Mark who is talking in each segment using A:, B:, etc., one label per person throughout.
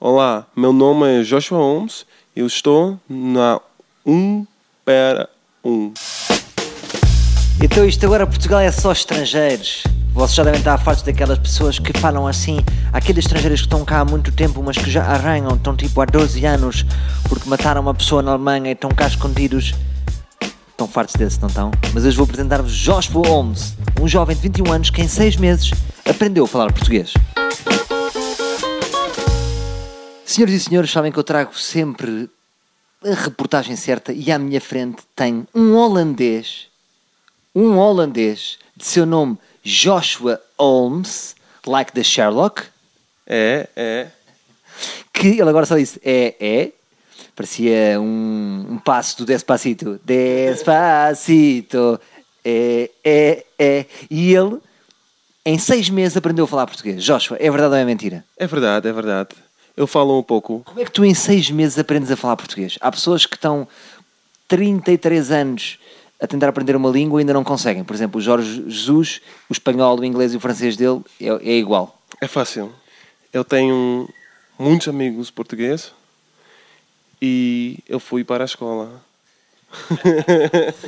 A: Olá, meu nome é Joshua Holmes e eu estou na 1 para 1.
B: Então isto agora Portugal é só estrangeiros. Vocês já devem estar fartos daquelas pessoas que falam assim, aqueles estrangeiros que estão cá há muito tempo, mas que já arranham, estão tipo há 12 anos, porque mataram uma pessoa na Alemanha e estão cá escondidos. Estão fartos desses, não estão? Mas hoje vou apresentar-vos Joshua Holmes, um jovem de 21 anos que em 6 meses aprendeu a falar português. Senhoras e senhores, sabem que eu trago sempre a reportagem certa e à minha frente tem um holandês um holandês de seu nome Joshua Holmes, like the Sherlock,
A: É, é.
B: que ele agora só disse é, é, parecia um, um passo do Despacito, Despacito, é, é, é, e ele em seis meses aprendeu a falar português. Joshua, é verdade ou é mentira?
A: É verdade, é verdade. Eu falo um pouco.
B: Como é que tu em seis meses aprendes a falar português? Há pessoas que estão 33 anos a tentar aprender uma língua e ainda não conseguem. Por exemplo, o Jorge Jesus, o espanhol, o inglês e o francês dele é, é igual.
A: É fácil. Eu tenho muitos amigos portugueses e eu fui para a escola.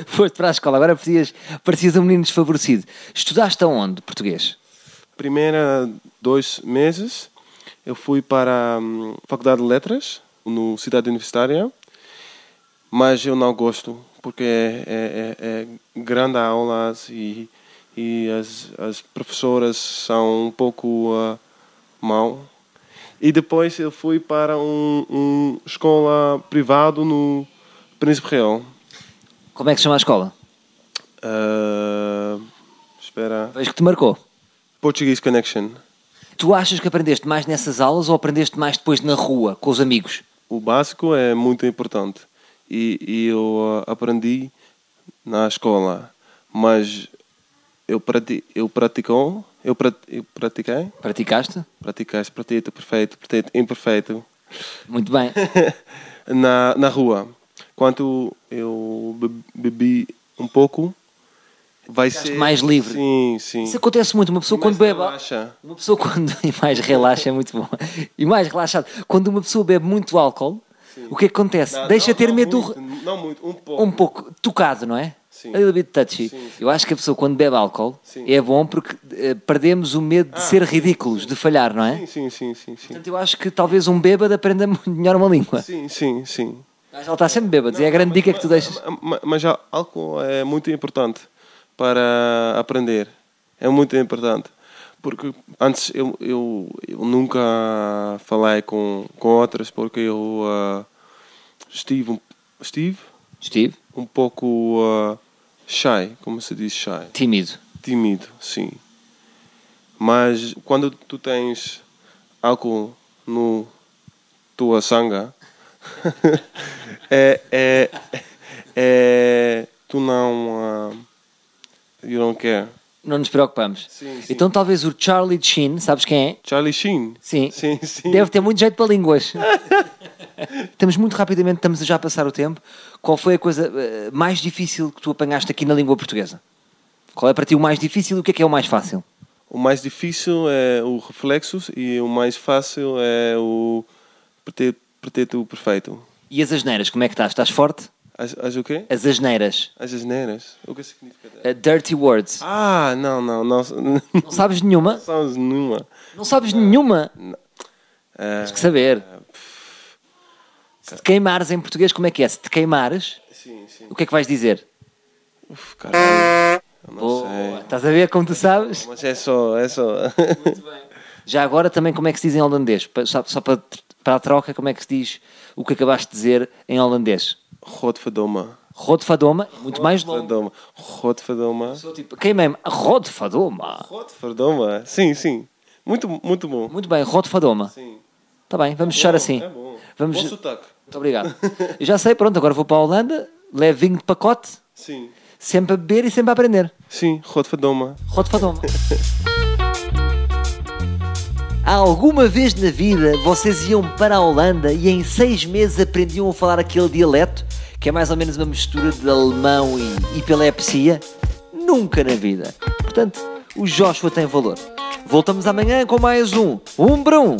B: Foste para a escola, agora parecias, parecias um menino desfavorecido. Estudaste aonde português?
A: Primeira dois meses eu fui para hum, a Faculdade de Letras, no Cidade Universitária, mas eu não gosto, porque é, é, é grande aulas e, e as, as professoras são um pouco ah, mal. E depois eu fui para um, um escola privada no Príncipe Real.
B: Como é que se chama a escola?
A: Ah, espera.
B: Vejo que te marcou.
A: Portuguese Connection.
B: Tu achas que aprendeste mais nessas aulas ou aprendeste mais depois na rua, com os amigos?
A: O básico é muito importante e, e eu ah, aprendi na escola, mas eu prati, eu praticou, eu, prat, eu pratiquei,
B: Praticaste?
A: praticaste pretito, perfeito, pretito, imperfeito
B: Muito bem.
A: na na rua. Quando eu be- bebi um pouco, vai ser
B: mais livre.
A: Sim, sim.
B: Isso acontece muito. Uma pessoa
A: Mas
B: quando bebe.
A: relaxa.
B: Uma pessoa quando. E mais relaxa é muito bom. E mais relaxado. Quando uma pessoa bebe muito álcool, o que é que acontece?
A: Não,
B: Deixa
A: não-
B: ter
A: não
B: medo
A: muito,
B: do.
A: não muito, um pouco.
B: Um pouco tocado, não é?
A: Sim.
B: A little bit touchy.
A: Sim, sim.
B: Eu acho que a pessoa quando bebe álcool
A: Sim.
B: é bom porque eh, perdemos o medo de
A: Ah,
B: ser
A: sim,
B: ridículos, de falhar, não é?
A: Sim, sim, sim, sim, sim.
B: Portanto, eu acho que talvez um bêbado aprenda muito melhor uma língua.
A: Sim, sim, sim.
B: Mas ele está sempre bêbado. e é a
A: Não,
B: grande
A: mas-
B: dica que tu
A: mas-
B: deixas.
A: Mas, mas já álcool é muito importante para aprender. É muito importante. Porque antes eu, eu, eu nunca falei com, com outras porque eu ah, estive, um- estive
B: Estive
A: um pouco ah, shy, como se diz shy
B: tímido.
A: tímido, sim. Mas quando tu tens álcool no tua sanga, é, é, é, tu não ah, you don't care.
B: Não nos preocupamos.
A: Sim, sim.
B: Então talvez o Charlie Sheen, sabes quem é?
A: Charlie Sheen.
B: Sim.
A: Sim, sim.
B: Deve ter muito jeito para línguas. estamos muito rapidamente, estamos já a passar o tempo. Qual foi a coisa eh, mais difícil que tu apanhaste aqui na língua portuguesa? Qual é para ti o mais difícil e o que é que é o mais fácil?
A: O mais difícil é o reflexos e o mais fácil é o prete- preteto perfeito.
B: E as asneiras, como é que estás? Estás forte?
A: As, as o quê?
B: As asneiras.
A: As asneiras. O que significa?
B: Eh, dirty words.
A: Ah, não, não, não.
B: Não sabes nenhuma?
A: Somos nenhuma.
B: Não sabes nenhuma?
A: Ah,
B: Tens que saber. Se te queimares em português, como é que é? Se te queimares,
A: sim, sim.
B: o que é que vais dizer?
A: Uf, caralho. Eu não
B: Boa.
A: sei.
B: Estás a ver como tu sabes?
A: Mas é só, é só.
B: Já agora também como é que se diz em holandês? Pa- Só, só para, para a troca, como é que se diz o que acabaste de dizer em holandês?
A: Rotverdoma.
B: Rodfadoma, muito mais longo.
A: Verdoma. Rotverdoma.
B: Sou tipo, Queimei-me. Rodfadoma.
A: Rotverdoma? Sim, sim. Muito, muito bom.
B: Muito bem, Rodfadoma.
A: Sim.
B: Está bem, vamos fechar
A: Bom,
B: assim.
A: É bom.
B: Vamos...
A: Bom
B: Muito
A: sotaque.
B: obrigado. Eu já sei, pronto, agora vou para a Holanda, levo vinho de pacote,
A: Sim.
B: sempre a beber e sempre a aprender.
A: Sim, Rotverdoma.
B: Rodfadoma. Alguma vez na vida vocês iam para a Holanda e em seis meses aprendiam a falar aquele dialeto que é mais ou menos uma mistura de alemão e epilepsia? Nunca na vida. Portanto, o Joshua tem valor. Voltamos amanhã com mais um. Um para um.